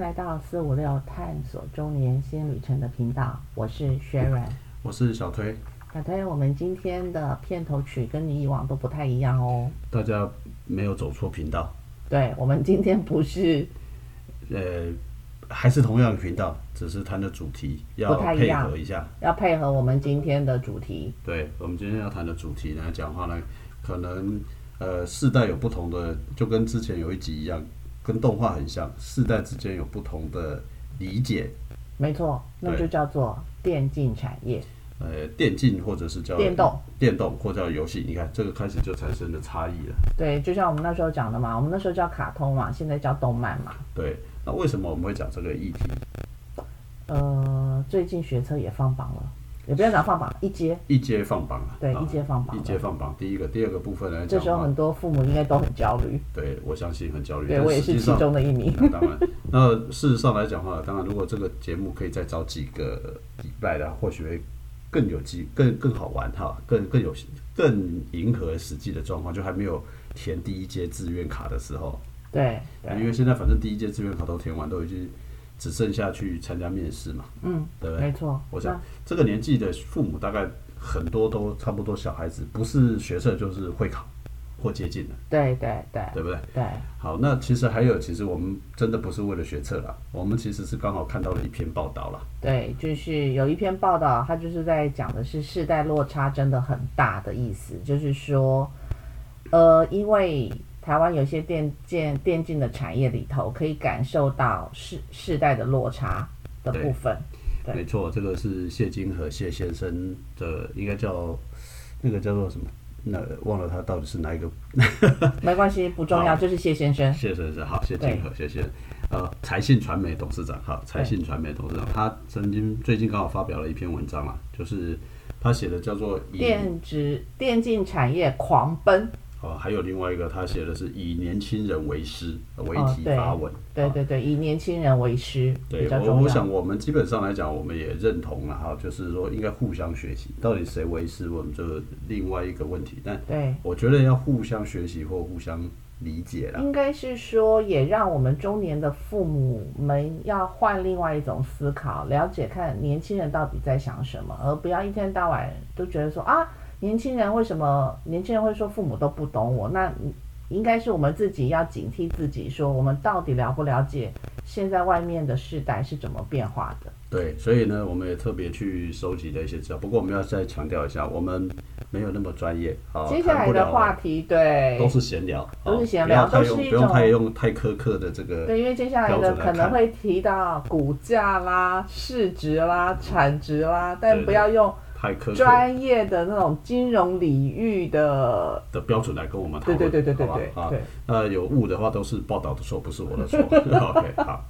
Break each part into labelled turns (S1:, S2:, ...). S1: 来到四五六探索中年新旅程的频道，我是 Sharon。
S2: 我是小推，
S1: 小推，我们今天的片头曲跟你以往都不太一样哦。
S2: 大家没有走错频道，
S1: 对，我们今天不是
S2: 呃，还是同样的频道，只是谈的主题要
S1: 不太一
S2: 配
S1: 样
S2: 合一下。
S1: 要配合我们今天的主题，
S2: 对，我们今天要谈的主题呢，讲话呢，可能呃，世代有不同的，就跟之前有一集一样，跟动画很像，世代之间有不同的理解。
S1: 没错，那
S2: 对
S1: 就叫做电竞产业。
S2: 呃，电竞或者是叫
S1: 电动，
S2: 电动或叫游戏，你看这个开始就产生了差异了。
S1: 对，就像我们那时候讲的嘛，我们那时候叫卡通嘛，现在叫动漫嘛。
S2: 对，那为什么我们会讲这个议题？
S1: 呃，最近学车也放榜了，也不要讲放榜，一阶。
S2: 一阶放榜啊，
S1: 对
S2: 啊
S1: 一阶放榜
S2: 一阶放榜。第一个，第二个部分来
S1: 这
S2: 讲
S1: 时
S2: 的
S1: 候
S2: 话
S1: 很，多父母应该都很焦虑，
S2: 对我相信很焦虑。
S1: 对
S2: 但
S1: 我也
S2: 实
S1: 是
S2: 际
S1: 其
S2: 上
S1: 中的一名。
S2: 那当然， 那事实上来讲的话，当然，如果这个节目可以再早几个礼拜的话，或许会更有机，更更好玩哈，更更有更迎合实际的状况，就还没有填第一阶志愿卡的时候，
S1: 对 对
S2: 因为现在反正第一阶志愿卡都填完，都已经只剩下去参加面试嘛，
S1: 嗯，
S2: 对不对？
S1: 没错。
S2: 我想这个年纪的父母大概很多都差不多，小孩子不是学测就是会考或接近的，
S1: 那对对对
S2: 对不对？
S1: 对，
S2: 好，那其实还有，其实我们真的不是为了学测啦，我们其实是刚好看到了一篇报道啦。
S1: 对，就是有一篇报道，它就是在讲的是世代落差真的很大的意思，就是说，呃，因为台湾有些电电电竞的产业里头，可以感受到世世代的落差的部分。对
S2: 没错，这个是谢金和谢先生的，应该叫那个叫做什么？那忘了他到底是哪一个
S1: 没关系，不重要，
S2: 好
S1: 就是谢先生。
S2: 谢先生，好，谢金河，谢谢。呃，财信传媒董事长，好，财信传媒董事长，他曾经最近刚好发表了一篇文章啦，就是他写的叫做以
S1: 电子电竞产业狂奔，
S2: 哦，还有另外一个他写的是以年轻人为师，呃为
S1: 哦
S2: 题
S1: 对
S2: 发文，
S1: 对对对，以年轻人为师比
S2: 对
S1: 较
S2: 我，
S1: 重
S2: 我
S1: 要。
S2: 想我们基本上来讲，我们也认同了哈，就是说应该互相学习，到底谁为师，我们这另外一个问题。但
S1: 对，
S2: 我觉得要互相学习或互相理解啦。
S1: 应该是说，也让我们中年的父母们要换另外一种思考，了解看年轻人到底在想什么，而不要一天到晚都觉得说啊，年轻人为什么年轻人会说父母都不懂我？那应该是我们自己要警惕自己，说我们到底了不了解现在外面的世代是怎么变化的？
S2: 对，所以呢，我们也特别去收集了一些资料。不过我们要再强调一下，我们没有那么专业啊，
S1: 接下
S2: 谈
S1: 来
S2: 不
S1: 的
S2: 了
S1: 话题，对
S2: 都是闲聊，
S1: 都是
S2: 啊
S1: 闲聊
S2: 不要
S1: 都
S2: 太用
S1: 是一
S2: 不用
S1: 种
S2: 太用太苛刻的这个
S1: 对，因为接下来
S2: 标
S1: 的
S2: 准来
S1: 可能
S2: 看
S1: 会提到股价啦、市值啦、产值啦，但
S2: 对
S1: 不要用
S2: 太苛刻
S1: 专业的那种金融领域的。
S2: 的标准来跟我们讨
S1: 对
S2: 论，
S1: 对对对对
S2: 好吧
S1: 对
S2: 啊
S1: 对，
S2: 那有误的话都是报道的错，不是我的错。OK，好。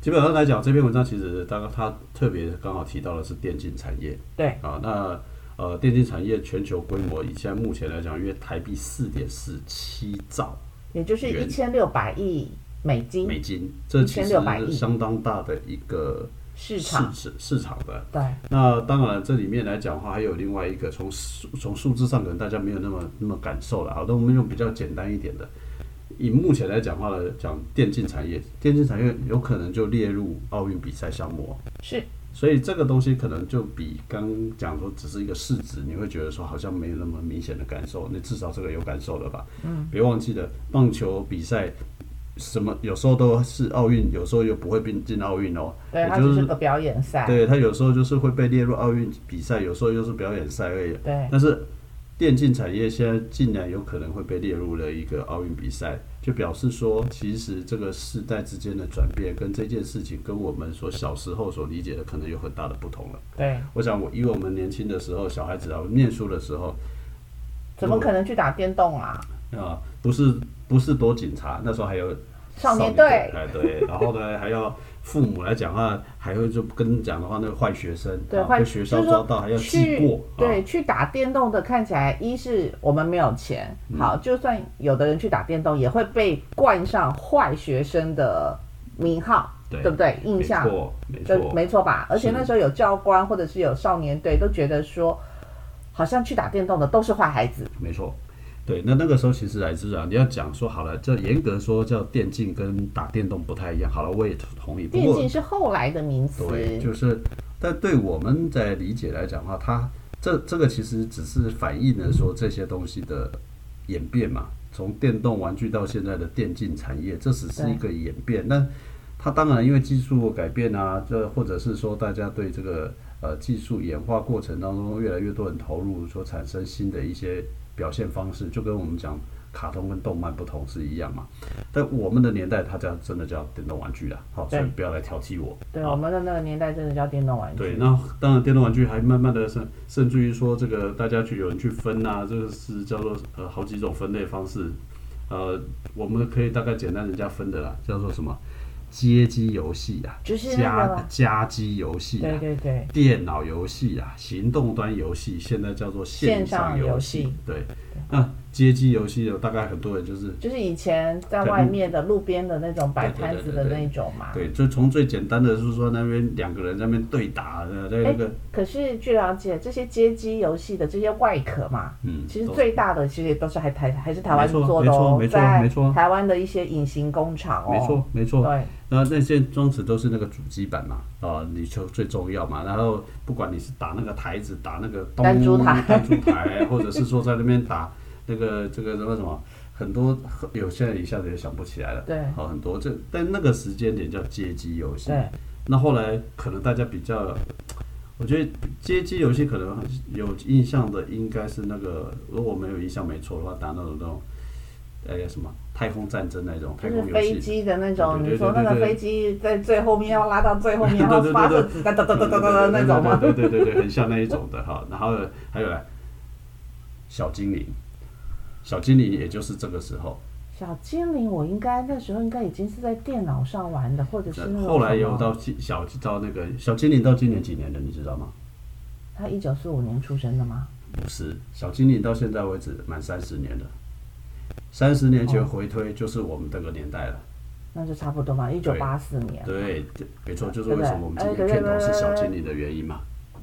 S2: 基本上来讲，这篇文章其实刚刚它特别刚好提到的是电竞产业
S1: 对
S2: 啊，那呃电竞产业全球规模以现在目前来讲约台币四点四七兆
S1: 也就是一
S2: 元
S1: 千六百亿美金
S2: 美金，这其实
S1: 1600亿
S2: 是相当大的一个
S1: 市场。
S2: 市市场的。
S1: 对
S2: 那当然，这里面来讲的话，还有另外一个从数从数字上可能大家没有那么那么感受了。好，那我们用比较简单一点的，以目前来讲话呢，讲电竞产业，电竞产业有可能就列入奥运比赛项目哦，
S1: 是，
S2: 所以这个东西可能就比刚讲说只是一个市值，你会觉得说好像没有那么明显的感受，那至少这个有感受了吧？嗯，别忘记了棒球比赛。什么有时候都是奥运，有时候又不会并进奥运哦。
S1: 对，
S2: 也
S1: 它
S2: 就
S1: 只
S2: 是
S1: 是个表演赛。
S2: 对他有时候就是会被列入奥运比赛，有时候又是表演赛而已。
S1: 对
S2: 但是电竞产业现在竟然有可能会被列入了一个奥运比赛，就表示说，其实这个世代之间的转变跟这件事情跟我们所小时候所理解的可能有很大的不同了。
S1: 对，
S2: 我想我以我们年轻的时候，小孩子啊念书的时候
S1: 怎么可能去打电动啊？
S2: 啊，不是不是躲警察，那时候还有
S1: 少年
S2: 队
S1: 队，
S2: 哎对，然后呢还要父母来讲话，还会就跟你讲的话，那个坏学生，
S1: 对，
S2: 啊
S1: 换
S2: 被
S1: 就
S2: 学
S1: 是
S2: 校
S1: 说
S2: 抓到还要记过
S1: 去，
S2: 啊
S1: 对，去打电动的看起来，一是我们没有钱，
S2: 嗯
S1: 好，就算有的人去打电动，也会被冠上坏学生的名号，
S2: 对
S1: 不对？印象
S2: 没错，没
S1: 对，
S2: 错，
S1: 没错吧？而且
S2: 是
S1: 那时候有教官或者是有少年队都觉得说，好像去打电动的都是坏孩子，
S2: 没错。对，那那个时候其实来自啊，你要讲说好了，这严格说叫电竞跟打电动不太一样。好了，我也同意。不
S1: 电
S2: 过
S1: 竞是后来的名词，
S2: 对，就是，但对我们在理解来讲的话，它这这个其实只是反映了说这些东西的演变嘛，从电动玩具到现在的电竞产业，这只是一个演变。那它当然因为技术改变啊，这或者是说大家对这个呃技术演化过程当中，越来越多人投入，所产生新的一些表现方式，就跟我们讲。卡通跟动漫不同是一样嘛？但我们的年代，它叫真的叫电动玩具啦，好，所以
S1: 对
S2: 不要来挑剔我。
S1: 对
S2: 好
S1: 我们的那个年代真的叫电动玩具。
S2: 对，那当然，电动玩具还慢慢的甚甚至于说，这个大家去有人去分呐、这个是叫做呃好几种分类方式，呃，我们可以大概简单人家分的啦，叫做什么街机游戏啊，
S1: 就是那个
S2: 家家机游戏啊
S1: 对，对对，
S2: 电脑游戏啊，行动端游戏，现在叫做线上游
S1: 线上游戏
S2: 对，那街机游戏有大概很多人就是
S1: 就是以前在外面的路边的那种摆摊子的那种嘛。
S2: 对，就从最简单的是说那边两个人在那边对打，呃在那个、
S1: 哎可是据了解，这些街机游戏的这些外壳嘛，
S2: 嗯，
S1: 其实
S2: 都
S1: 最大的其实也都是还台还是台湾
S2: 没错
S1: 做的哦
S2: 没，错
S1: 在
S2: 没错
S1: 台湾的一些隐形工厂哦，
S2: 没错没错，
S1: 对，
S2: 那那些装置都是那个主机板嘛，啊、你就最重要嘛。然后不管你是打那个台子，打那个咚
S1: 弹珠台
S2: 弹珠台 或者是说在那边打那个这个什么什么，很多有现在一下子也想不起来了。
S1: 对
S2: 好、很多这但那个时间点叫街机游戏。
S1: 对，
S2: 那后来可能大家比较，我觉得街机游戏可能有印象的应该是那个，如果我没有印象没错的话，打那种那种，哎呀什么太空战争那种太
S1: 就
S2: 空
S1: 是
S2: 游
S1: 飞
S2: 戏。
S1: 机的那种，
S2: 对对对
S1: 你说那个
S2: 对对
S1: 飞机在最后面要拉到最后面，
S2: 对
S1: 然后
S2: 对对
S1: 发射
S2: 对
S1: 子弹，哒哒哒哒哒哒那种吗？
S2: 对对对对，对很像那一种的哈。然后还有来小精灵，小精灵也就是这个时候，
S1: 小精灵，我应该那时候应该已经是在电脑上玩的，或者是那种
S2: 后来
S1: 什么
S2: 有到精小到那个小精灵到今年几年了，你知道吗？
S1: 他一九四五年出生的吗？
S2: 不是，小精灵到现在为止满三十年了。三十年前回推就是我们这个年代了，
S1: 那就差不多嘛，一九八四年，
S2: 对，对没错，就是
S1: 对
S2: 为什么我们今
S1: 哎对
S2: 天片头
S1: 对
S2: 是
S1: 对
S2: 小
S1: 对
S2: 精灵的原因嘛。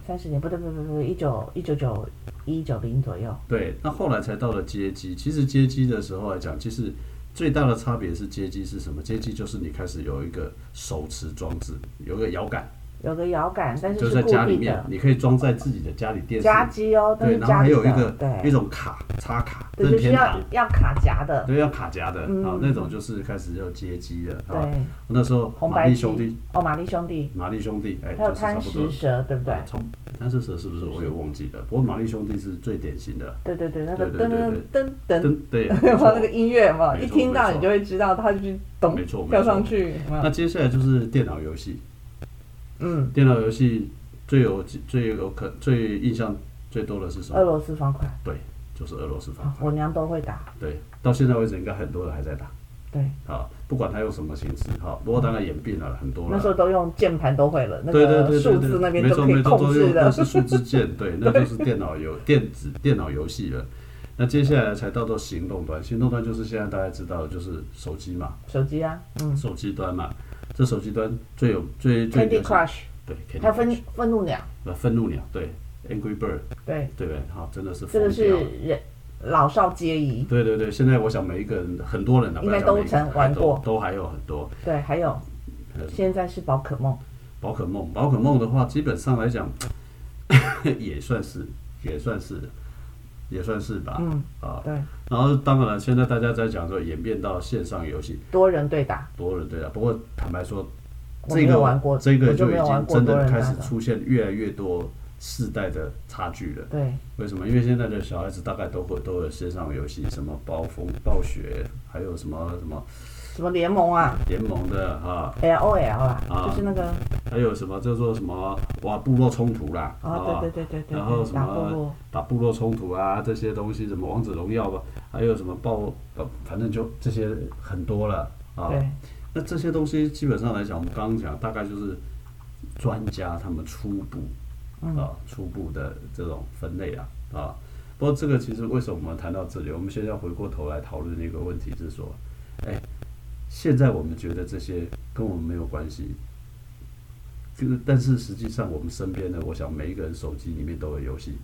S1: 三十年，不对不对不对，一九一九九一九零左右，
S2: 对，那后来才到了街机。其实街机的时候来讲，其实最大的差别是街机是什么？街机就是你开始有一个手持装置，有一个摇杆，
S1: 有个摇杆，但
S2: 就是在
S1: 是固
S2: 家里
S1: 定
S2: 面
S1: 的，
S2: 你可以装在自己的家里电视。
S1: 夹机哦，但
S2: 对，
S1: 是
S2: 然后
S1: 家
S2: 还
S1: 里
S2: 有一
S1: 的，
S2: 个一
S1: 对，
S2: 种卡插卡
S1: 对，
S2: 任
S1: 就是
S2: 天
S1: 要
S2: 堂，
S1: 要卡夹的，
S2: 对，要卡夹的
S1: 嗯
S2: 啊，那种就是开始要街机的啊。
S1: 对，
S2: 那时候
S1: 红
S2: 玛
S1: 白
S2: 丽
S1: 机
S2: 兄弟，
S1: 哦，玛丽兄弟，
S2: 玛丽兄弟，哎，
S1: 还有
S2: 就是差
S1: 贪
S2: 不多
S1: 食。
S2: 哎
S1: 蛇，对不对？
S2: 从贪食蛇是不是我也忘记了？不过玛丽兄弟是最典型的，
S1: 对对对，那个
S2: 对
S1: 噔
S2: 对
S1: 噔噔噔
S2: 真， 对，没
S1: 有
S2: 错
S1: 那个音乐嘛，
S2: 没
S1: 一
S2: 错
S1: 听到
S2: 没错
S1: 你就会知道它就是咚
S2: 没错没错
S1: 跳上去，有没有
S2: 那接下来就是电脑游戏，
S1: 嗯，
S2: 电脑游戏最有最有可最印象最多的是什
S1: 俄
S2: 么？
S1: 罗斯方块，
S2: 对，就是俄罗斯方
S1: 啊
S2: 块。
S1: 我娘都会打，
S2: 对，到现在为止应该很多人还在打
S1: 对，
S2: 啊，不管它用什么形式哈，不过当然演变了很多
S1: 那时候
S2: 了。
S1: 都用键盘都会了，那
S2: 对对对
S1: 个
S2: 对
S1: 数字那
S2: 对，
S1: 边
S2: 没
S1: 都
S2: 错
S1: 可以
S2: 没错，
S1: 控
S2: 都
S1: 制
S2: 用那
S1: 的，
S2: 是数字键，对，那就是电脑游电子电脑游戏了。那接下来才到到行动端，行动端就是现在大家知道的就是手机嘛，
S1: 手机啊，嗯
S2: 手机端嘛，这手机端最有最最
S1: ，Candy
S2: 流行
S1: Crush，
S2: 对，
S1: 还有
S2: Candy
S1: 愤
S2: Crush
S1: 愤怒鸟，
S2: 呃愤怒鸟，对，Angry Bird，
S1: 对，
S2: 对不对？好，真的是
S1: 这
S2: 疯
S1: 个是
S2: 掉。
S1: 人老少皆宜，
S2: 对对对，现在我想每一个人，很多人啊，
S1: 应该
S2: 不
S1: 都
S2: 要讲每一个人
S1: 曾玩过
S2: 都都还有很多。
S1: 对，还有
S2: 呃
S1: 现在是宝可梦，
S2: 宝可梦，宝可梦的话，基本上来讲， 也算是，也算是，也算是吧。
S1: 嗯
S2: 啊，
S1: 对，
S2: 然后当然了，现在大家在讲说演变到线上游戏，
S1: 多人对打，
S2: 多人对啊。不过坦白说，
S1: 我
S2: 这
S1: 没有
S2: 个
S1: 玩过，
S2: 这个
S1: 我就
S2: 就
S1: 没
S2: 已
S1: 有玩
S2: 经
S1: 过
S2: 真
S1: 多
S2: 的
S1: 人
S2: 开
S1: 打
S2: 始
S1: 的，
S2: 出现越来越多世代的差距了。
S1: 对，
S2: 为什么？因为现在的小孩子大概都会都有线上游戏，什么暴风暴雪，还有什么什么
S1: 什么联盟啊
S2: 联盟的哈、
S1: ，L O L 啊，
S2: 啊
S1: 就是那个
S2: 还有什么叫做什么哇部落冲突啦，
S1: 啊，对对对对对，
S2: 然后什
S1: 对打部
S2: 么
S1: 落。
S2: 打部落冲突啊这些东西，什么王者荣耀吧，还有什么暴，呃反正就这些很多了啊。
S1: 对，
S2: 那这些东西基本上来讲，我们刚刚讲大概就是专家他们初步
S1: 嗯
S2: 啊、初步的这种分类啊啊。不过这个其实为什么我们谈到这里，我们现在要回过头来讨论一个问题，是说，哎，现在我们觉得这些跟我们没有关系，就是但是实际上我们身边的，我想每一个人手机里面都有游戏。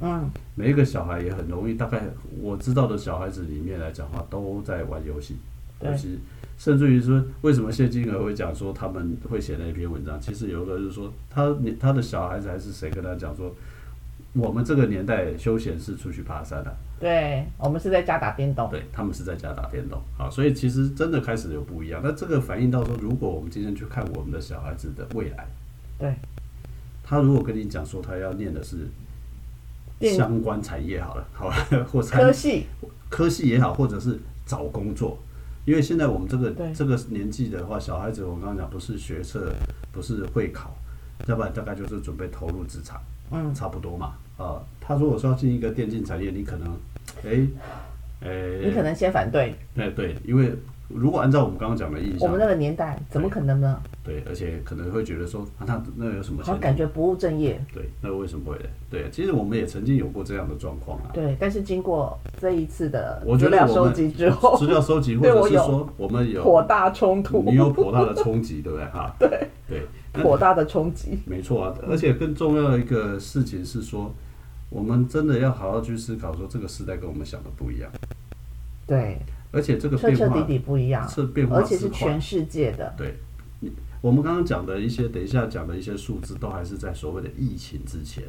S1: 嗯，
S2: 每一个小孩也很容易，大概我知道的小孩子里面来讲的话，都在玩游戏，
S1: 对
S2: 游戏，甚至于说，为什么谢金娥会讲说他们会写那篇文章？其实有一个就是说，他你他的小孩子还是谁跟他讲说，我们这个年代休闲是出去爬山的、
S1: 对，我们是在家打电动，
S2: 对他们是在家打电动啊，所以其实真的开始有不一样。那这个反映到说，如果我们今天去看我们的小孩子的未来，
S1: 对，
S2: 他如果跟你讲说他要念的是
S1: 电
S2: 相关产业好了，好吧，或者
S1: 科系，
S2: 科系也好，或者是找工作，因为现在我们这个
S1: 对
S2: 这个年纪的话，小孩子我刚刚讲不是学测，不是会考，要不然大概就是准备投入职场，
S1: 嗯，
S2: 差不多嘛。啊、他如果说要进一个电竞产业，你可能，哎、诶，
S1: 你可能先反对，
S2: 哎对，因为如果按照我们刚刚讲的印
S1: 我们
S2: 象，
S1: 那个年代怎么可能呢？
S2: 对，而且可能会觉得说，啊、那那有什么
S1: 好
S2: 前
S1: 像
S2: 途？
S1: 感觉不务正业，
S2: 对，那为什么会呢？对，其实我们也曾经有过这样的状况啊。
S1: 对。但是经过这一次的
S2: 我
S1: 资
S2: 觉得
S1: 料
S2: 我
S1: 收
S2: 们
S1: 集之后
S2: 资，料收集，或
S1: 对
S2: 者
S1: 我
S2: 是
S1: 有
S2: 说我们有
S1: 颇大冲突，
S2: 你有颇大的冲击，对不对？ 哈，对对，
S1: 颇大的冲击，
S2: 没错啊。而且更重要的一个事情是说，我们真的要好好去思考，说这个时代跟我们想的不一样，
S1: 对，
S2: 而且这个
S1: 彻
S2: 变
S1: 彻底
S2: 化
S1: 底不一样，
S2: 是变化
S1: 而且是
S2: 之快
S1: 全世界的，
S2: 对。你我们刚刚讲的一些，等一下讲的一些数字，都还是在所谓的疫情之前。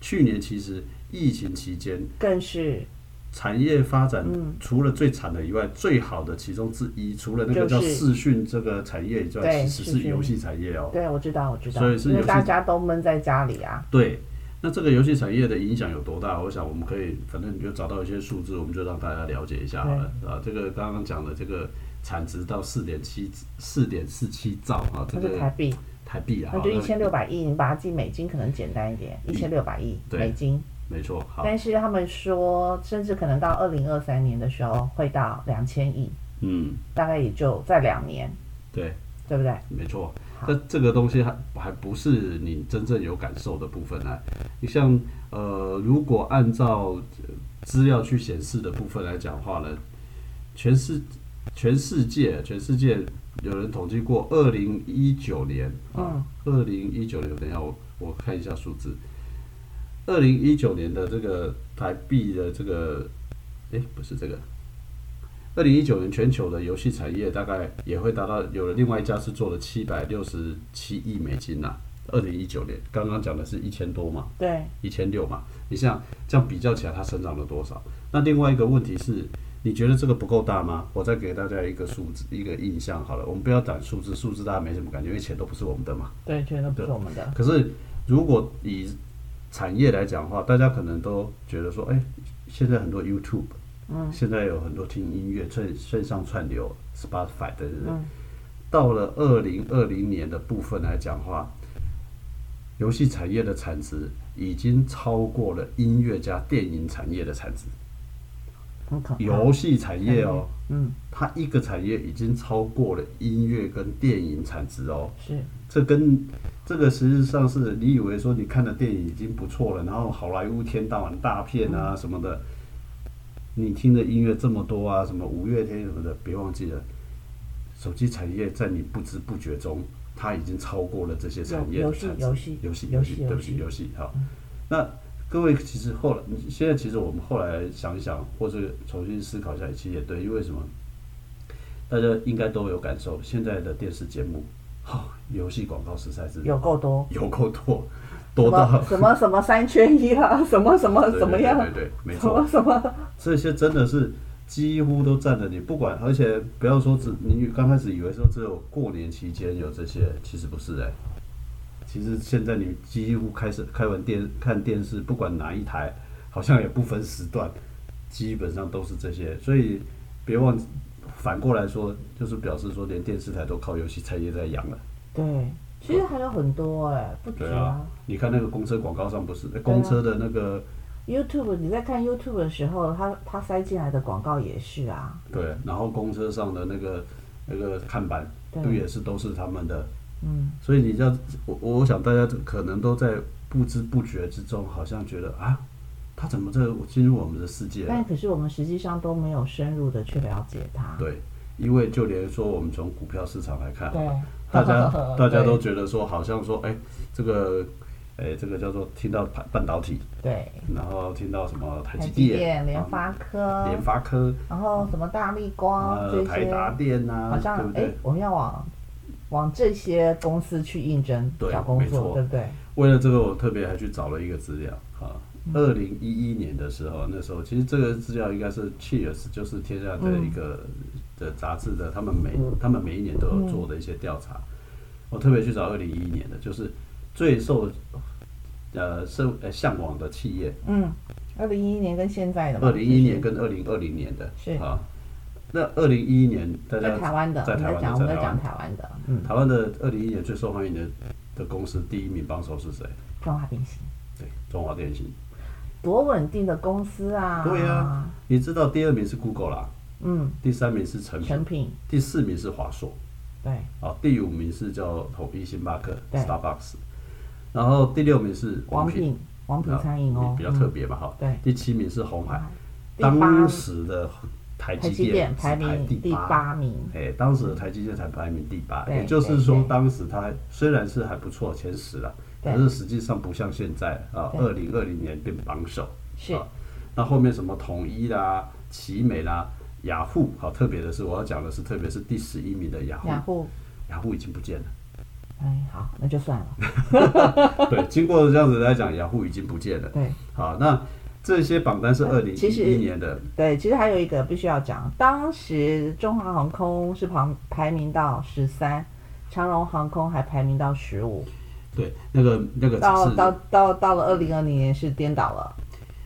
S2: 去年其实疫情期间，
S1: 更是
S2: 产业发展
S1: 嗯
S2: 除了最惨的以外，最好的其中之一，除了那个
S1: 就
S2: 叫
S1: 是
S2: 视讯这个产业以外，
S1: 对
S2: 其实
S1: 视
S2: 是
S1: 讯
S2: 游戏产业哦。
S1: 对，我知道，我知道，
S2: 所以是
S1: 因为
S2: 有些
S1: 大家都闷在家里啊，
S2: 对，那这个游戏产业的影响有多大？我想我们可以，反正你就找到一些数字，我们就让大家了解一下好了。啊，这个刚刚讲的这个产值到四点七四点四七兆啊，这
S1: 那就
S2: 个
S1: 台币，
S2: 台币啊，
S1: 那就一千
S2: 六，
S1: 六百亿，你把它记美金可能简单一点，一千六百亿
S2: 嗯对
S1: 美金。
S2: 没错，好，
S1: 但是他们说，甚至可能到二零二三年的时候会到两千亿，
S2: 嗯，
S1: 大概也就在两年，
S2: 对，
S1: 对不对？
S2: 没错。
S1: 好
S2: 那这个东西还还不是你真正有感受的部分啊。你像呃，如果按照呃资料去显示的部分来讲话呢，全世全世界全世界有人统计过，二零一九年啊，二零一九年，等一下我我看一下数字，二零一九年的这个台币的这个，诶，不是这个。二零一九年全球的游戏产业大概也会达到，有了另外一家是做了七百六十七亿美金呐、二零一九年刚刚讲的是一千多嘛，
S1: 对，
S2: 一千六嘛，你像这样比较起来，它成长了多少？那另外一个问题是，你觉得这个不够大吗？我再给大家一个数字，一个印象好了，我们不要讲数字，数字大家没什么感觉，因为钱都不是我们的嘛。
S1: 对，全都不是我们的，
S2: 可是如果以产业来讲的话，大家可能都觉得说，哎、现在很多 YouTube，
S1: 嗯
S2: 现在有很多听音乐、线线上串流、Spotify 等等。
S1: 嗯
S2: 到了二零二零年的部分来讲的话，游戏产业的产值已经超过了音乐加电影产业的产值。
S1: 很可怕。
S2: 游戏产业哦，
S1: 嗯，
S2: 它一个产业已经超过了音乐跟电影产值哦。
S1: 是，
S2: 这跟这个实际上是你以为说你看的电影已经不错了，然后好莱坞一天到晚大片啊
S1: 嗯
S2: 什么的，你听的音乐这么多啊，什么五月天什么的，别忘记了，手机产业在你不知不觉中，它已经超过了这些产业
S1: 游
S2: 的
S1: 戏
S2: 产值
S1: 游戏
S2: 游戏
S1: 游
S2: 游
S1: 戏嗯
S2: 戏对不起
S1: 游
S2: 游戏好，那。各位，其实后来，现在其实我们后来想一想，或者重新思考一下，其实也对，因为什么？大家应该都有感受，现在的电视节目， 好、游戏广告实在是
S1: 有够多，
S2: 有够多，
S1: 什
S2: 多
S1: 么
S2: 到
S1: 什么什么三缺一啦，什么什么
S2: 对
S1: 怎么样，
S2: 对对对，没
S1: 什么
S2: 错，
S1: 什么，
S2: 这些真的是几乎都占了你，不管，而且不要说只你刚开始以为说只有过年期间有这些，其实不是哎、其实现在你几乎开始开完电看电视，不管哪一台，好像也不分时段，基本上都是这些，所以别忘反过来说，就是表示说连电视台都靠游戏产业在养了。
S1: 对，其实还有很多哎、不止
S2: 对啊，你看那个公车广告上不是，那公车的那个，
S1: YouTube，你在看 YouTube 的时候，它它塞进来的广告也是啊，
S2: 对，然后公车上的那个那个看板，
S1: 对
S2: 都也是都是他们的，
S1: 嗯，
S2: 所以你要我我想大家可能都在不知不觉之中，好像觉得啊，他怎么这进入我们的世界了
S1: 但可是我们实际上都没有深入的去了解它，
S2: 对，因为就连说我们从股票市场来看，
S1: 对，
S2: 大家大家都
S1: 对
S2: 觉得说，好像说，哎、这个哎，这个叫做听到半半导体，
S1: 对，
S2: 然后听到什么台
S1: 台
S2: 积
S1: 积
S2: 电、
S1: 电、联
S2: 啊
S1: 发科，
S2: 联发科、
S1: 然后什么大力光
S2: 呃
S1: 这
S2: 台
S1: 些，
S2: 达电啊，
S1: 好
S2: 对
S1: 像
S2: 不
S1: 哎
S2: 对？，
S1: 我们要往往这些公司去应征
S2: 对
S1: 找工
S2: 没
S1: 作，
S2: 错
S1: 对不对？
S2: 为了这个，我特别还去找了一个资料啊。
S1: 嗯
S2: 二零一一年的时候，那时候其实这个资料应该是 Cheers，就是天下的一个
S1: 嗯
S2: 的杂志的，他们每他们每一年都有做的一些调查。我特别去找二零一一年的，就是最受呃受呃向往的企业，
S1: 嗯，二零一一年跟现在的嘛，
S2: 二零一一年
S1: 就是
S2: 跟二零二零年的
S1: 嗯是
S2: 啊。那二零一一年大家
S1: 在台湾的，
S2: 在
S1: 我
S2: 台
S1: 们在
S2: 湾的
S1: 讲我们
S2: 在
S1: 在
S2: 台
S1: 讲
S2: 湾
S1: 台湾的，嗯，
S2: 台湾的二零一一年最受欢迎的的公司第一名帮手是谁？
S1: 中华电信
S2: 对，中华电信。
S1: 多稳定的公司啊，
S2: 对啊，你知道第二名是 Google 啦，
S1: 嗯，
S2: 第三名是成品
S1: 成，品
S2: 第四名是华硕，
S1: 对，
S2: 啊，第五名是叫统一星巴克
S1: 对
S2: （Starbucks），然后第六名是
S1: 王
S2: 王
S1: 品
S2: 品，
S1: 王品餐饮哦
S2: 啊，比较特别嘛哈。
S1: 对
S2: 第七名是红海，
S1: 第八
S2: 当时的台
S1: 台
S2: 积
S1: 积电
S2: 只
S1: 排名
S2: 第
S1: 第八名，
S2: 哎，当时的台积电才排名第八，
S1: 对
S2: 也就是
S1: 对
S2: 说，
S1: 对
S2: 当时它虽然是还不错前十了，
S1: 对
S2: 可是实际上不像现在啊，
S1: 对
S2: 二零二零年变榜首。
S1: 是
S2: 啊那后面什么统一啦、奇美啦、雅虎，好，特别的是我要讲的是，特别是第十一名的雅虎，
S1: 雅虎，
S2: 雅虎已经不见了。
S1: 哎，好，那就算了，
S2: 对，经过这样子来讲，雅虎已经不见了。
S1: 对。呃
S2: 好，那这些榜单是二零
S1: 其
S2: 一
S1: 实
S2: 一年的，
S1: 对，其实还有一个必须要讲，当时中华航空是旁排名到十三，长荣航空还排名到十五，
S2: 对，那个那个
S1: 到
S2: 只
S1: 到
S2: 是
S1: 到到了二零二零年是颠倒了，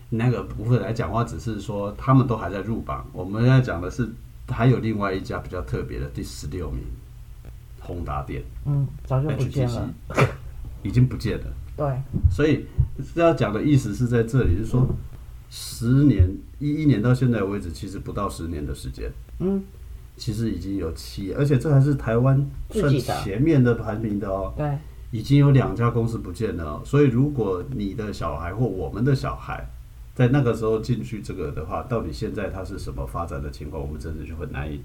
S2: 那个部分来讲话，只是说他们都还在入榜。我们要讲的是，还有另外一家比较特别的，第十六名，宏达电
S1: 嗯，早就不见
S2: HTC
S1: 了。
S2: 已经不见了。
S1: 对，
S2: 所以要讲的意思是在这里，就是说，十年一一年到现在为止，其实不到十年的时间，
S1: 嗯，
S2: 其实已经有七，而且这还是台湾
S1: 自
S2: 算
S1: 己的
S2: 前面的排名的哦，
S1: 对，
S2: 已经有两家公司不见了哦、所以如果你的小孩或我们的小孩在那个时候进去这个的话，到底现在它是什么发展的情况，我们真的就很难以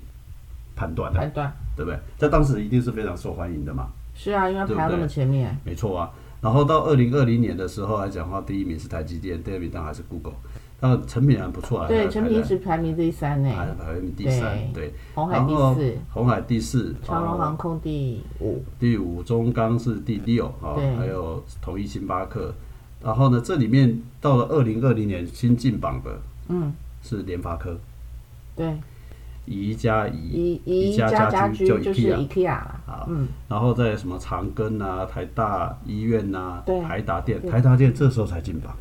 S2: 判断了
S1: 判，断
S2: 对不对？在当时一定是非常受欢迎的嘛。
S1: 是啊，因为
S2: 对不
S1: 排那
S2: 对
S1: 么前面，
S2: 没错啊。然后到二零二零年的时候来讲的话，第一名是台积电，第二名当然还是 Google，那成品还不错啊，
S1: 对，
S2: 还
S1: 成品一
S2: 还
S1: 直排名第三呢，
S2: 还排名第三，对，
S1: 红海
S2: 然
S1: 第
S2: 后
S1: 四，
S2: 红海第四，
S1: 长荣航
S2: 哦
S1: 空第五，
S2: 第五，中钢是第六啊
S1: 对，
S2: 还有统一星巴克。然后呢，这里面到了二零二零年新进榜的
S1: 嗯，
S2: 是联发科、
S1: 对，
S2: 宜家宜，
S1: 宜宜
S2: 宜家
S1: 家
S2: 家
S1: 家居
S2: 居
S1: 就
S2: 就是 IKEA 啊
S1: IKEA 啦
S2: 好，
S1: 嗯，
S2: 然后在什么长庚啊、台大医院呐、
S1: 对
S2: 台达电，
S1: 对
S2: 台达电这时候才进榜。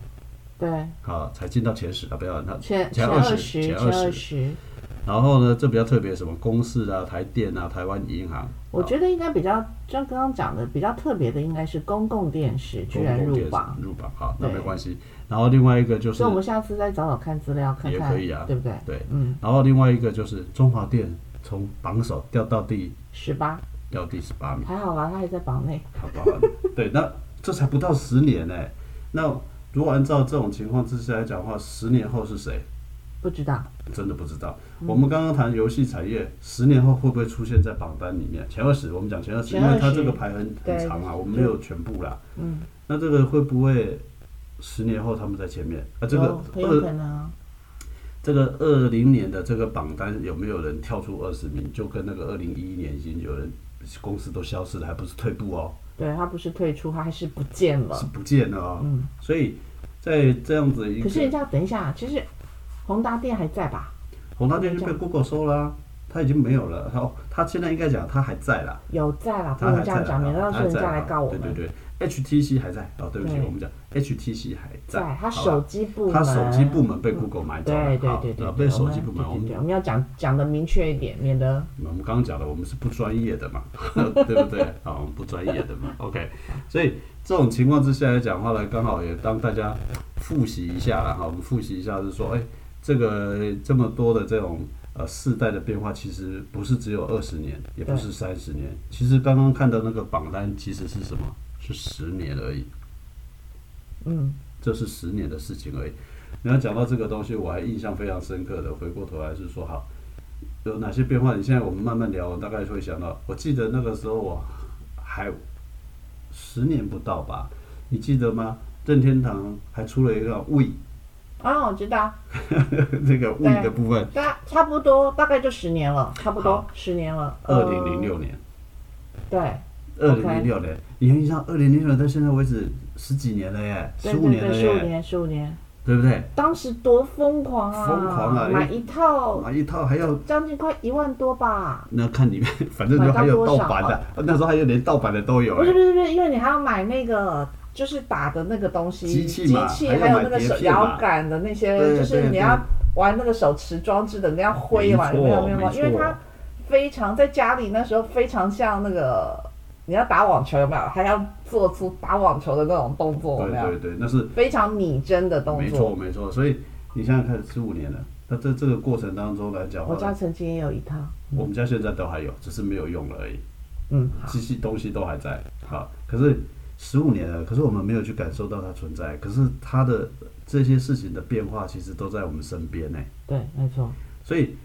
S1: 对，
S2: 啊，才进到前十啊，不要那
S1: 前
S2: 前
S1: 二
S2: 20
S1: 十，
S2: 前
S1: 前
S2: 二
S1: 二
S2: 十。
S1: 十。
S2: 然后呢，这比较特别，什么公示啊、台电啊、台湾银行，
S1: 我
S2: 啊
S1: 觉得应该比较，就刚刚讲的比较特别的，应该是公共电视居然
S2: 公共
S1: 入
S2: 电视
S1: 榜，
S2: 入榜好，那
S1: 对
S2: 没关系。然后另外一个就是
S1: 所以我们下次再找找看资料，看
S2: 也
S1: 看
S2: 可以啊
S1: 对不对？
S2: 对，
S1: 嗯，
S2: 然后另外一个就是中华电从榜首掉到第
S1: 十八
S2: 掉第十八名，
S1: 还好啊啦，他还在榜内，
S2: 好不好？ 对，那这才不到十年呢、那如果按照这种情况之下来讲的话，十年后是谁？
S1: 不知道
S2: 真的不知道。我们刚刚谈游戏产业，十年后会不会出现在榜单里面？前二十，我们讲前二十，
S1: 前
S2: 因
S1: 20
S2: 为它这个排很
S1: 对
S2: 很长啊，我们没有全部啦。
S1: 嗯，
S2: 那这个会不会十年后他们在前面啊？这个
S1: 有很有可
S2: 二
S1: 能啊，
S2: 这个二零年的这个榜单有没有人跳出二十名？就跟那个二零一一年已经有人公司都消失了，还不是退步哦，
S1: 对他不是退出，他还是不见了
S2: 是。不见了哦。
S1: 啊嗯，
S2: 所以在这样子一
S1: 可是人
S2: 个
S1: 家等一下，啊其实宏达电还在吧？
S2: 宏达电就被 Google 收啦、它已经没有了。它它现在应该讲它还在啦。
S1: 有在啦，不
S2: 他
S1: 能
S2: 还
S1: 这
S2: 在
S1: 样嗯
S2: 啦，
S1: 讲，免得到时候
S2: 他还
S1: 人
S2: 在
S1: 家来
S2: 啦
S1: 告我们。
S2: 对对对，HTC 还在哦，对不起，
S1: 对
S2: 我们讲 HTC 还
S1: 在他
S2: 好吧
S1: 手机部门，
S2: 他手机部门被 Google 买走了，
S1: 对对
S2: 好
S1: 对对，
S2: 呃
S1: 对
S2: 被手机部门，
S1: 我
S2: 我
S1: 们对对
S2: 们
S1: 对，我们要讲讲的明确一点，免得
S2: 啊我们刚刚讲了，我们是不专业的嘛， 对不对？啊，我们不专业的嘛，OK。所以这种情况之下来讲话呢，刚好也当大家复习一下了哈。我们复习一下是说，哎，这个这么多的这种呃世代的变化，其实不是只有二十年，也不是三十年。其实刚刚看到那个榜单，其实是什么？是十年而已，
S1: 嗯。
S2: 这是十年的事情而已。你要讲到这个东西，我还印象非常深刻的，回过头来是说，好，有哪些变化？你现在我们慢慢聊，我大概会想到，我记得那个时候我还十年不到吧，你记得吗？任天堂还出了一个胃，
S1: 啊，我知道，
S2: 那个胃的部分，
S1: 大差不多，大概就十年了，差不多
S2: 好
S1: 十年了。呃
S2: 二零零，六年，
S1: 对，
S2: 二
S1: 哦 OK
S2: 零零六年，你看像二零零六年到现在为止十几年了耶，
S1: 对
S2: 十五
S1: 对
S2: 年
S1: 对，
S2: 了
S1: 十五
S2: 耶，
S1: 年，十五年，
S2: 对不对？
S1: 当时多疯狂啊！
S2: 疯狂啊
S1: 买一套
S2: 买一套还要
S1: 将近快一万多吧？
S2: 那看里面， 反正就还有盗版的，那时候还有连盗版的都有
S1: 不是不
S2: 哎，
S1: 是不是，因为你还要买那个。就是打的那个东西，
S2: 机器嘛
S1: 机器
S2: 还要
S1: 还有
S2: 买
S1: 那个
S2: 碟
S1: 手
S2: 片嘛
S1: 摇杆的那些，
S2: 对
S1: 就是
S2: 对
S1: 你
S2: 对
S1: 要玩那个手持装置的，你要挥嘛，
S2: 没
S1: 有
S2: 错
S1: 没有没有没有？
S2: 没
S1: 因为
S2: 错
S1: 它非常在家里那时候非常像那个你要打网球有没有？还要做出打网球的哦那种动作有没
S2: 对
S1: 有？
S2: 对对，那是
S1: 非常拟真的动
S2: 没错
S1: 作。
S2: 没错。所以你想想看，十五年了，那这这个过程当中来讲
S1: 我
S2: 的
S1: 家
S2: 话，
S1: 曾经也有一套，
S2: 我们家现在都还有，只是没有用了而已，
S1: 嗯，好
S2: 这些东西都还在。好，可是十五年了，可是我们没有去感受到它存在，可是它的这些事情的变化，其实都在我们身边呢。
S1: 对，没错，
S2: 所以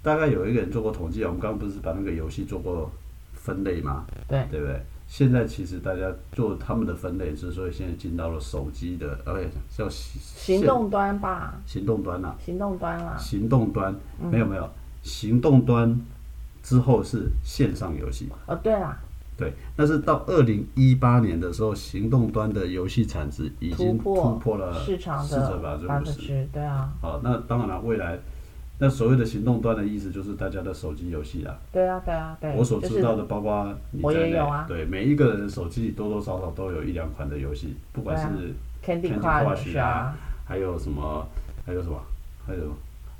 S2: 大概有一个人做过统计啊，我们刚刚不是把那个游戏做过分类吗？
S1: 对
S2: 对不对？现在其实大家做他们的分类，之所以现在进到了手机的，呃，叫行
S1: 行动端吧，
S2: 行动端啦、
S1: 行动端啦，
S2: 行动端、没有没有，行动端之后是线上游戏，
S1: 哦，对啦，
S2: 对。但是到二零一八年的时候，行动端的游戏产值已
S1: 突
S2: 经
S1: 破
S2: 突破了
S1: 市场
S2: 四
S1: 的
S2: 成百分
S1: 百
S2: 之
S1: 分
S2: 五十。
S1: 之，对啊，
S2: 好，那当然了，未来那所谓的行动端的意思就是大家的手机游戏啦。
S1: 对啊，对啊，对，
S2: 我所知道
S1: 就
S2: 的，
S1: 是
S2: 包括你
S1: 我
S2: 在
S1: 也
S2: 内
S1: 有啊
S2: 对每一个人手机多多少少都有一两款的游戏，不管
S1: 啊
S2: 是
S1: Candy
S2: Candy
S1: Crush
S2: Crush 啊，还有什么，还有什么，还有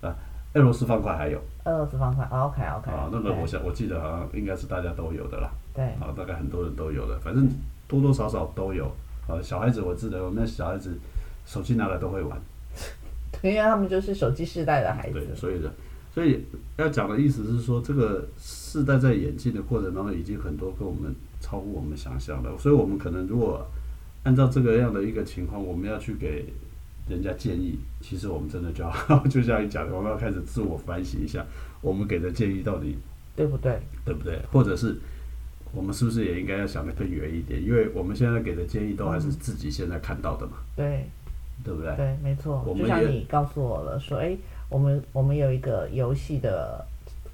S2: 啊，俄罗斯方块还有
S1: 俄罗斯方块，OK OK，
S2: 啊，那个我想我记得好像应该是大家都有的啦，
S1: 对，
S2: 啊，大概很多人都有的，反正多多少少都有啊。小孩子我记得我们那小孩子手机拿来都会玩，
S1: 对因为他们就是手机世代的孩
S2: 对，
S1: 子，
S2: 所以呢，所以要讲的意思是说，这个世代在演进的过程当中，已经很多跟我们超乎我们想象了。所以我们可能如果按照这个样的一个情况，我们要去给人家建议，其实我们真的就要 就像你讲的，我们要开始自我反省一下，我们给的建议到底
S1: 对不对？
S2: 对不对，或者是。我们是不是也应该要想得更远一点？因为我们现在给的建议都还是自己现在看到的嘛，
S1: 对
S2: 对不对？
S1: 对，没错
S2: 我，们
S1: 就像
S2: 也
S1: 你告诉我了，说，哎，我们我们有一个游戏的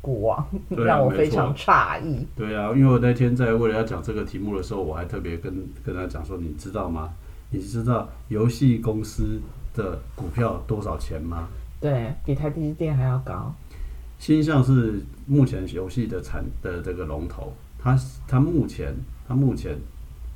S1: 古王，
S2: 对啊
S1: 让我
S2: 没
S1: 非
S2: 错
S1: 常诧异，
S2: 对啊，因为我那天在为了要讲这个题目的时候，我还特别跟跟他讲说，你知道吗？你知道游戏公司的股票多少钱吗？
S1: 对比台积电还要高，
S2: 新象是目前游戏的产的这个龙头，它它目前它目前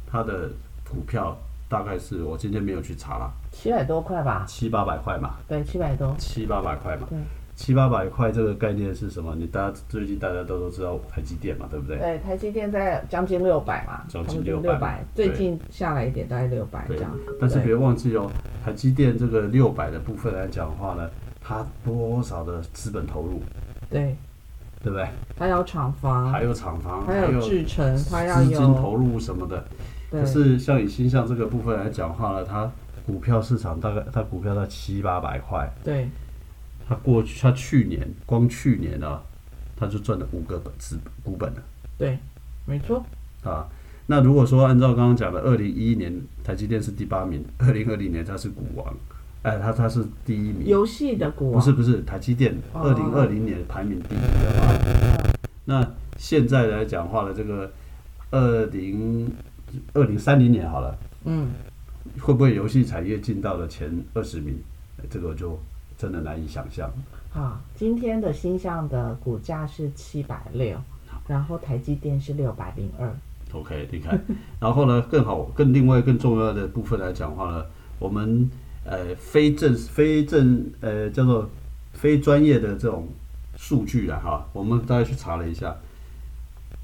S2: 它的股票大概是我今天没有去查啦，
S1: 七百多块吧，
S2: 七八百块嘛，
S1: 对，七百多，
S2: 七八百块嘛
S1: 对，
S2: 七八百块这个概念是什么？你大家最近大家都都知道台积电嘛，对不对？
S1: 对，台积电在将近六百嘛，差
S2: 将
S1: 不
S2: 近
S1: 多
S2: 600
S1: 百，
S2: 对
S1: 最近下来一点，大概六百这
S2: 对
S1: 样。
S2: 但是
S1: 对
S2: 别忘记哦，台积电这个六百的部分来讲的话呢，它多少的资本投入，
S1: 对，
S2: 对不对？
S1: 它要厂房，
S2: 还有厂房，
S1: 它
S2: 还有
S1: 制程，它要
S2: 资金
S1: 有
S2: 投入什么的。
S1: 对
S2: 可是像以新向这个部分来讲的话呢，它股票市场大概它股票在七八百块，
S1: 对
S2: 它过去它去年光去年啊，它就赚了五个本资股本了。
S1: 对，没错，
S2: 啊。那如果说按照刚刚讲的，二零一一年台积电是第八名，二零二零年它是股王，哎，它它是第一名。
S1: 游戏的股
S2: 不
S1: 王
S2: 是不是，台积电
S1: 哦
S2: 二零二零年排名第一的话，那现在来讲话了，这个二零二零三零年好了，
S1: 嗯，
S2: 会不会游戏产业进到了前二十名？哎这个就真的难以想象。
S1: 好，今天的星象的股价是七百六，然后台积电是六百零二，
S2: OK，你看，然后呢，更好，更另外更重要的部分来讲话呢，我们呃非正非正呃叫做非专业的这种数据啊哈，我们大概去查了一下，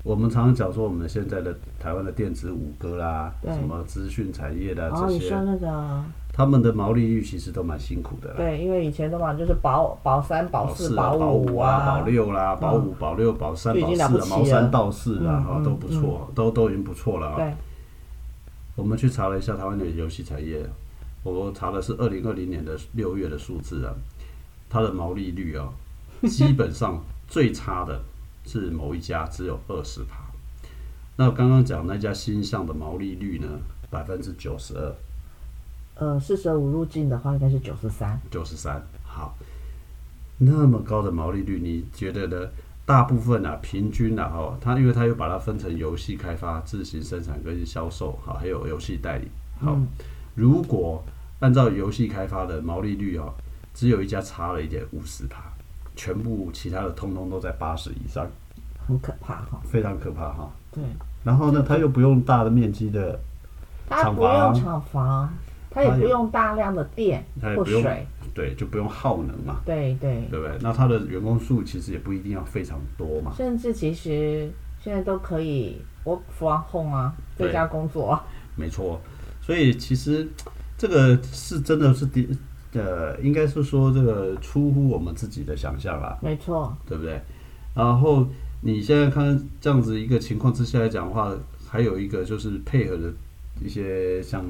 S2: 我们常常讲说我们现在的台湾的电子五哥啦，
S1: 对
S2: 什么资讯产业的
S1: 然后
S2: 呃
S1: 哦
S2: 这
S1: 你说
S2: 些，呃
S1: 那个
S2: 他们的毛利率其实都蛮辛苦的啦。
S1: 对，因为以前的嘛就是保保三、保四、
S2: 啊保
S1: 五
S2: 啊、
S1: 啊
S2: 保，六啦、保五、保六、保三、
S1: 就已
S2: 保
S1: 经
S2: 四
S1: 了不
S2: 啊
S1: 起，
S2: 毛
S1: 了
S2: 三到四啦，哈，
S1: 嗯
S2: 都不错，都都已经不错了啊。
S1: 对，
S2: 我们去查了一下台湾的游戏产业，我查的是二零二零年的六月的数字啊，它的毛利率啊，基本上最差的是某一家只有二十趴。那刚刚讲那家新上的毛利率呢，百分之九十二、
S1: 呃，四舍五入境的话，应该是九十三。
S2: 九十三。好，那么高的毛利率，你觉得呢？大部分啊，平均啊，哦，它因为它又把它分成游戏开发、自行生产跟销售，好，还有游戏代理。好，如果按照游戏开发的毛利率哦，只有一家差了一点五十趴，全部其他的通通都在八十以上，
S1: 很可怕哈、
S2: 非常可怕哈。
S1: 对，
S2: 然后呢，它又不用大的面积的，
S1: 它
S2: 厂
S1: 不用
S2: 房
S1: 厂房，它也
S2: 它
S1: 不
S2: 也
S1: 用大量的电
S2: 它也
S1: 或
S2: 不用
S1: 水，
S2: 对，就不用耗能嘛，
S1: 对对，
S2: 对不对？那它的员工数其实也不一定要非常多嘛，
S1: 甚至其实现在都可以 work from home 啊，在
S2: 对
S1: 家工作啊、
S2: 没错。所以其实这个是真的是的，呃，应该是说这个出乎我们自己的想象啦。
S1: 没错，
S2: 对不对？然后你现在看这样子一个情况之下来讲的话，还有一个就是配合的一些像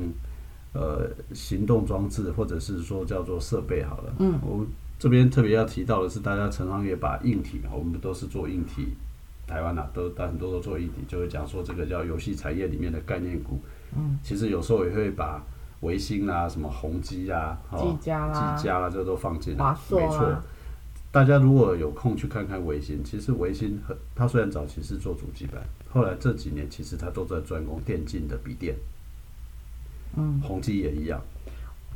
S2: 呃行动装置或者是说叫做设备好了，
S1: 嗯，
S2: 我这边特别要提到的是，大家常常也把硬体嘛，我们都是做硬体，台湾啊都但很多都做硬体，就会讲说这个叫游戏产业里面的概念股，
S1: 嗯，
S2: 其实有时候也会把。维新啦、什么宏基啦、哦
S1: 技嘉啦
S2: 技嘉啦，这都放进来，
S1: 华硕
S2: 没错
S1: 啊。，
S2: 大家如果有空去看看维新，其实维新很，它虽然早期是做主机板，后来这几年其实它都在专攻电竞的笔电，
S1: 嗯，
S2: 宏基也一样，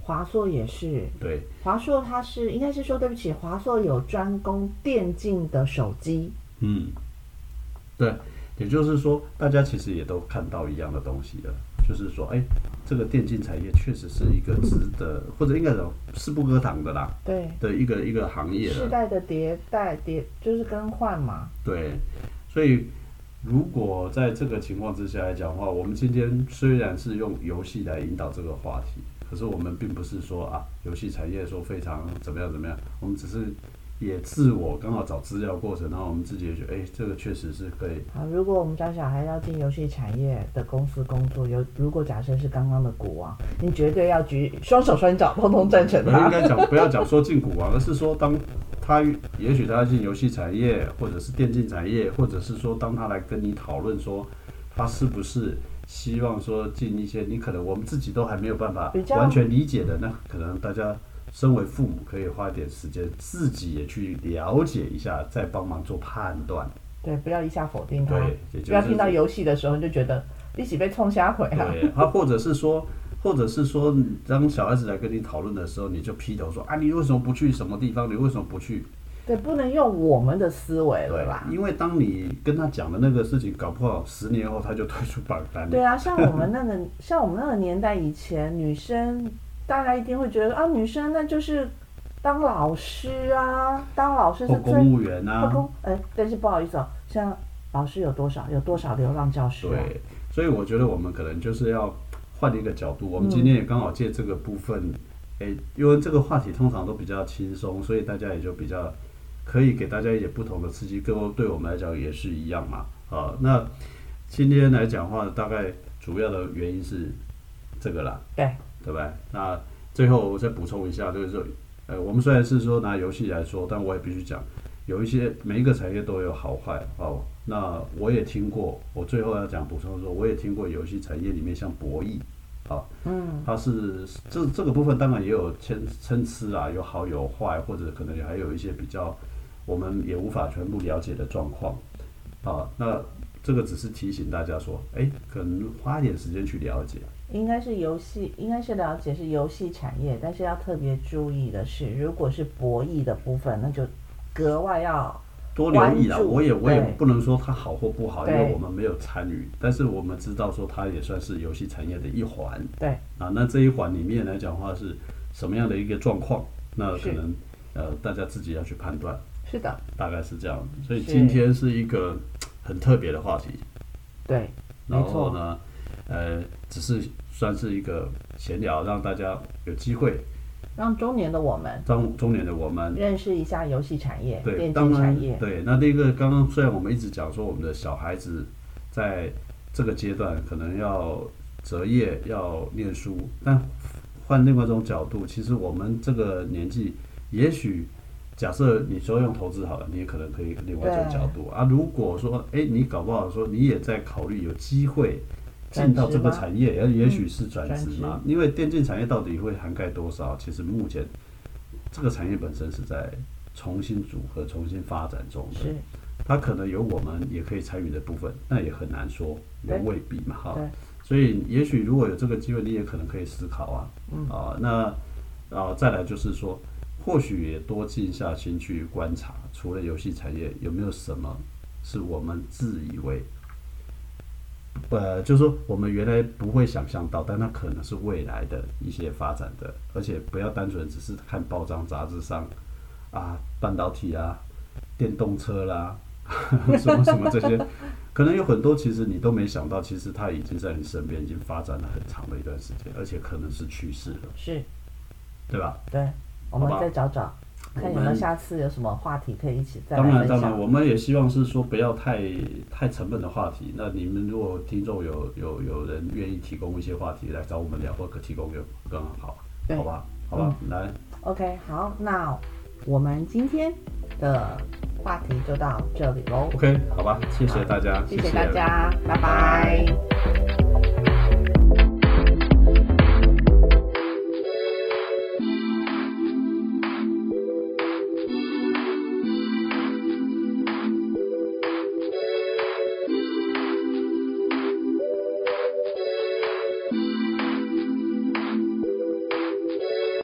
S1: 华硕也是，
S2: 对
S1: 华硕它是应该是说对不起，华硕有专攻电竞的手机，
S2: 嗯，对，也就是说，大家其实也都看到一样的东西了，就是说，哎，这个电竞产业确实是一个值得，或者应该讲势不可挡的啦
S1: 对，
S2: 的一个一个行业
S1: 世
S2: 了。
S1: 代的迭代迭就是更换嘛，
S2: 对，所以如果在这个情况之下来讲的话，我们今天虽然是用游戏来引导这个话题，可是我们并不是说啊，游戏产业说非常怎么样怎么样，我们只是也自我刚好找资料过程，然后我们自己也觉得，哎，这个确实是可以，
S1: 啊，如果我们家小孩要进游戏产业的公司工作，有如果假设是刚刚的股王，你绝对要举双手双脚，通通赞成
S2: 不应
S1: 他。
S2: 该讲不要讲说进股王，而是说当。他也许他进游戏产业，或者是电竞产业，或者是说，当他来跟你讨论说，他是不是希望说进一些你可能我们自己都还没有办法
S1: 比较
S2: 完全理解的，那可能大家身为父母可以花一点时间自己也去了解一下，再帮忙做判 断。
S1: 对，不要一下否定他，
S2: 对，也就是
S1: 不要听到游戏的时候你就觉得一起被冲瞎回啊。
S2: 对，他或者是说，或者是说，当小孩子来跟你讨论的时候，你就劈头说啊，你为什么不去什么地方？你为什么不去？
S1: 对，不能用我们的思维了
S2: 对
S1: 啦。
S2: 因为当你跟他讲的那个事情，搞不好十年后他就退出榜单了。
S1: 对啊，像我们那个像我们那个年代以前，女生大家一定会觉得啊，女生那就是当老师啊，当老师是
S2: 或
S1: 最
S2: 公务员
S1: 特
S2: 啊，
S1: 工。哎、但是不好意思哦，像老师有多少有多少流浪教师、啊？
S2: 对，所以我觉得我们可能就是要换一个角度。我们今天也刚好借这个部分，诶、因为这个话题通常都比较轻松，所以大家也就比较可以给大家一点不同的刺激。各位对我们来讲也是一样嘛。啊，那今天来讲的话，大概主要的原因是这个啦，
S1: 对
S2: 对吧？那最后我再补充一下，就是说，呃，我们虽然是说拿游戏来说，但我也必须讲，有一些每一个产业都有好坏哦。那我也听过，我最后要讲补充说，我也听过游戏产业里面像博弈，啊，
S1: 嗯，
S2: 它是这这个部分当然也有参参差啦，有好有坏，或者可能还有一些比较我们也无法全部了解的状况啊。那这个只是提醒大家说，哎，可能花一点时间去了解。
S1: 应该是游戏，应该是了解是游戏产业，但是要特别注意的是，如果是博弈的部分，那就格外要
S2: 多留意啦，
S1: 关注
S2: 我也我也
S1: 对
S2: 不能说它好或不好，因
S1: 对
S2: 为我们没有参与，但是我们知道说它也算是游戏产业的一环
S1: 对
S2: 啊。那这一环里面来讲的话是什么样的一个状况，那
S1: 是
S2: 可能呃大家自己要去判断，
S1: 是的，
S2: 大概是这样。所以
S1: 是
S2: 今天是一个很特别的话题，
S1: 对，
S2: 然
S1: 没
S2: 后
S1: 错，
S2: 呢，呃，只是算是一个闲聊，让大家有机会
S1: 让中年的我们
S2: 让中年的我们
S1: 认识一下游戏产业、
S2: 对，
S1: 电
S2: 当
S1: 竞
S2: 然
S1: 产业，
S2: 对。那那个刚刚虽然我们一直讲说我们的小孩子在这个阶段可能要择业、要念书，但换另外一种角度，其实我们这个年纪，也许假设你说用投资好了，你也可能可以另外一种
S1: 对
S2: 角度啊。如果说哎，你搞不好说你也在考虑有机会进到
S1: 转职
S2: 这个
S1: 吗嗯
S2: 产业，也也许是转职
S1: 转
S2: 嘛。因为电竞产业到底会涵盖多少？其实目前这个产业本身是在重新组合、重新发展中的
S1: 是。
S2: 它可能有我们也可以参与的部分，那也很难说，
S1: 对
S2: 也未必嘛哈
S1: 对。
S2: 所以也许如果有这个机会，你也可能可以思考啊，
S1: 嗯
S2: 啊、那啊、再来就是说，或许也多静下心去观察，除了游戏产业有没有什么是我们自以为。呃，就是说我们原来不会想象到，但它可能是未来的一些发展的，而且不要单纯只是看报章杂志上啊，半导体啊，电动车啦， 什么什么这些，可能有很多其实你都没想到，其实它已经在你身边已经发展了很长的一段时间，而且可能是趋势了，
S1: 是，
S2: 对吧？
S1: 对，我
S2: 好
S1: 们
S2: 吧
S1: 再找找，看有
S2: 我
S1: 没有
S2: 们
S1: 下次有什么话题可以一起再来
S2: 当然，
S1: 分
S2: 当然，
S1: 享。
S2: 我们也希望是说不要太太沉闷的话题。那你们如果听众有有有人愿意提供一些话题来找我们聊，或可提供给我们更好，
S1: 对
S2: 好吧？好吧，来，
S1: OK，好，那我们今天的话题就到这里喽，
S2: OK，好吧，谢谢大家，
S1: 谢谢大家，拜拜